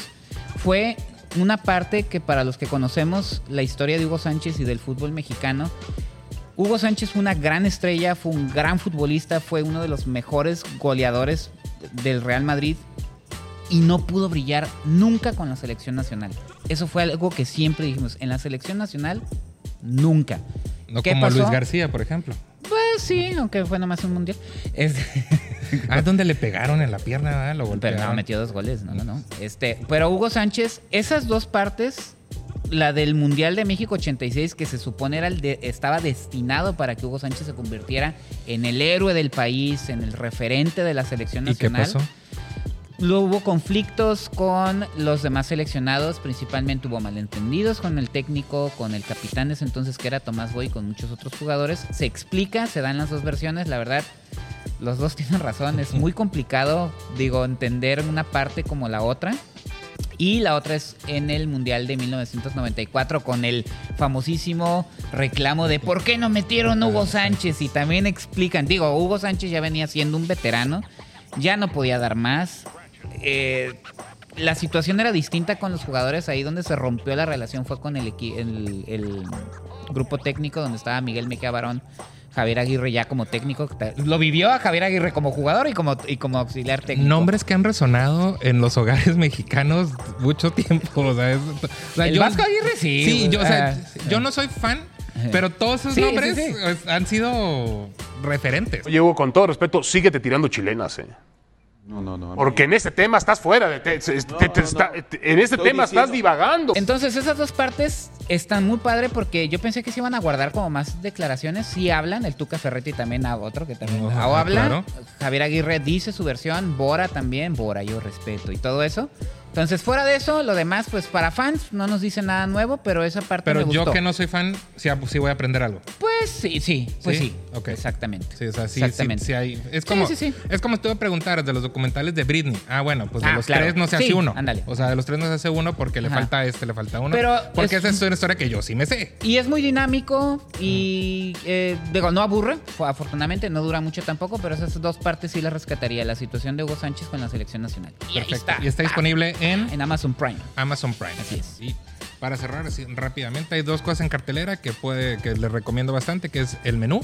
Speaker 1: fue una parte que para los que conocemos la historia de Hugo Sánchez y del fútbol mexicano, Hugo Sánchez fue una gran estrella, fue un gran futbolista, fue uno de los mejores goleadores del Real Madrid y no pudo brillar nunca con la selección nacional. Eso fue algo que siempre dijimos, en la selección nacional, nunca.
Speaker 2: No
Speaker 1: ¿Qué
Speaker 2: como
Speaker 1: pasó?
Speaker 2: Luis García, por ejemplo.
Speaker 1: Pues sí, aunque fue nomás un mundial. Este,
Speaker 2: Ah, es donde le pegaron en la pierna, ¿verdad? Lo
Speaker 1: Pero no,
Speaker 2: golpearon.
Speaker 1: metió dos goles, no, no, no. Este, pero Hugo Sánchez, esas dos partes, la del Mundial de México 86, que se supone era el de- estaba destinado para que Hugo Sánchez se convirtiera en el héroe del país, en el referente de la selección
Speaker 2: ¿Y qué
Speaker 1: nacional.
Speaker 2: pasó?
Speaker 1: Luego hubo conflictos con los demás seleccionados, principalmente hubo malentendidos con el técnico, con el capitán de ese entonces que era Tomás Boy, con muchos otros jugadores. Se explica, se dan las dos versiones, la verdad, los dos <laughs> tienen razón, es muy complicado, digo, entender una parte como la otra. Y la otra es en el Mundial de 1994 con el famosísimo reclamo de ¿por qué no metieron a Hugo Sánchez? Y también explican, digo, Hugo Sánchez ya venía siendo un veterano, ya no podía dar más. Eh, la situación era distinta con los jugadores, ahí donde se rompió la relación fue con el, equi- el- el grupo técnico donde estaba Miguel Mejía Barón, Javier Aguirre ya como técnico. Lo vivió a Javier Aguirre como jugador y como, y como auxiliar técnico.
Speaker 2: Nombres que han resonado en los hogares <laughs> mexicanos mucho tiempo. O sea, es- o sea,
Speaker 1: El Vasco Aguirre sí,
Speaker 2: Sí,
Speaker 1: güey.
Speaker 2: yo, o sea,
Speaker 1: Ah,
Speaker 2: yo no soy fan, pero todos esos
Speaker 1: Sí, sí,
Speaker 2: nombres
Speaker 1: sí.
Speaker 2: pues, han sido referentes.
Speaker 7: Oye, Hugo, con todo respeto, síguete tirando chilenas, ¿eh? No, no, no. Porque en este tema estás fuera de. te- te- te- te- está- te- en este tema estás divagando.
Speaker 1: Entonces esas dos partes están muy padre porque yo pensé que se iban a guardar como más declaraciones. Sí hablan, el Tuca Ferretti también a otro que también
Speaker 2: Ajá,
Speaker 1: ah, habla.
Speaker 2: claro.
Speaker 1: Javier Aguirre dice su versión, Bora también, Bora yo respeto y todo eso. Entonces fuera de eso, lo demás pues para fans no nos dice nada nuevo, pero esa parte me
Speaker 2: Pero
Speaker 1: gustó.
Speaker 2: yo que no soy fan, sí, sí voy a aprender algo.
Speaker 1: Pues sí, sí, pues
Speaker 2: ¿Sí?
Speaker 1: sí,
Speaker 2: Ok.
Speaker 1: exactamente.
Speaker 2: Sí, o sea, sí,
Speaker 1: exactamente.
Speaker 2: sí, sí hay- Es como,
Speaker 1: sí, sí.
Speaker 2: Es como estuve a preguntar de los documentales de Britney. Ah, bueno, pues de
Speaker 1: Ah,
Speaker 2: los
Speaker 1: claro.
Speaker 2: tres no se hace
Speaker 1: Sí,
Speaker 2: uno.
Speaker 1: ándale.
Speaker 2: O sea, de los tres no se hace uno porque le
Speaker 1: Ajá.
Speaker 2: falta este, le falta uno.
Speaker 1: Pero
Speaker 2: porque
Speaker 1: es-
Speaker 2: esa es una historia que yo sí me sé.
Speaker 1: Y es muy dinámico y eh, digo, no aburre, fue- afortunadamente, no dura mucho tampoco, pero esas dos partes sí las rescataría, la situación de Hugo Sánchez con la selección nacional. Y ahí está.
Speaker 2: Y está disponible en
Speaker 1: En Amazon Prime.
Speaker 2: Amazon Prime.
Speaker 1: Así es.
Speaker 2: Y para cerrar así rápidamente, hay dos cosas en cartelera que puede que les recomiendo bastante, que es el menú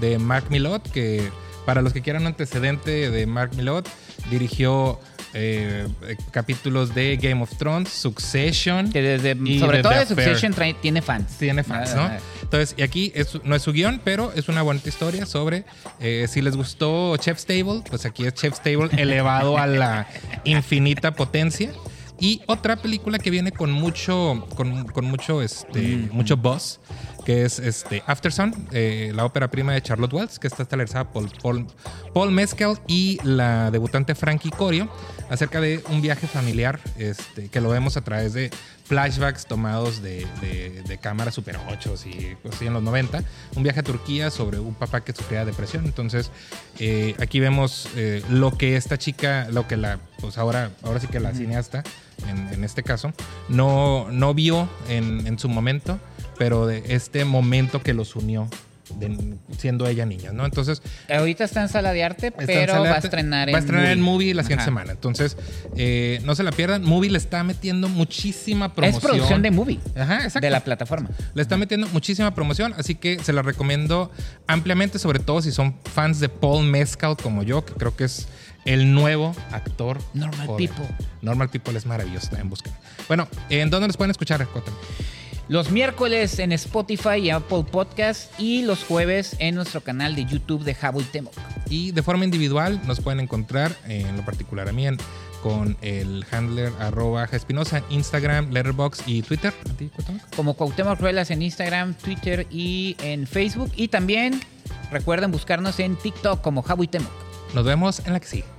Speaker 2: de Mark Millot, que para los que quieran un antecedente de Mark Millot, dirigió eh, eh, capítulos de Game of Thrones, Succession.
Speaker 1: Que desde,
Speaker 2: y
Speaker 1: sobre
Speaker 2: The-
Speaker 1: todo
Speaker 2: The
Speaker 1: de
Speaker 2: Affair.
Speaker 1: Succession trae- tiene fans.
Speaker 2: Tiene fans, ¿no? Entonces, y aquí es- no es su guión, pero es una bonita historia sobre eh, si les gustó Chef's Table, pues aquí es Chef's Table <laughs> elevado a la infinita potencia. Y otra película que viene con mucho, con, con mucho, este, mucho buzz, que es este Aftersun, eh, la ópera prima de Charlotte Wells, que está estelarizada por Paul, Paul Mescal y la debutante Frankie Corio, acerca de un viaje familiar este, que lo vemos a través de flashbacks tomados de, de- de cámaras Super 8 y cosas así en los 90. Un viaje a Turquía sobre un papá que sufría depresión. Entonces, eh, aquí vemos eh, lo que esta chica, lo que la, pues ahora, ahora sí que la cineasta, en, en este caso, no, no vio en, en su momento, pero de este momento que los unió. de- siendo ella niña, ¿no? Entonces,
Speaker 1: Ahorita está en sala de arte,
Speaker 2: Está en
Speaker 1: pero
Speaker 2: sala de
Speaker 1: va a
Speaker 2: arte.
Speaker 1: estrenar en.
Speaker 2: Va a estrenar en Movie la siguiente
Speaker 1: Ajá.
Speaker 2: semana. Entonces, eh, no se la pierdan. Movie le está metiendo muchísima promoción.
Speaker 1: Es producción de movie.
Speaker 2: Ajá, exacto.
Speaker 1: De la plataforma.
Speaker 2: Le está metiendo muchísima promoción, así que se la recomiendo ampliamente, sobre todo si son fans de Paul Mescal como yo, que creo que es el nuevo actor.
Speaker 1: Normal
Speaker 2: joven.
Speaker 1: People.
Speaker 2: Normal People es maravilloso, también busquen. Bueno, ¿en dónde nos pueden escuchar, Cotem?
Speaker 1: Los miércoles en Spotify y Apple Podcast y los jueves en nuestro canal de YouTube de Jabo y Temo.
Speaker 2: Y de forma individual nos pueden encontrar, eh, en lo particular a mí, en- con el handler arroba Espinosa, Instagram, Letterboxd y Twitter. ¿A ti, Cuauhtémoc?
Speaker 1: como Cuauhtémoc Ruelas en Instagram, Twitter y en Facebook. Y también recuerden buscarnos en TikTok como Jabo y Temoc.
Speaker 2: Nos vemos en la que sigue.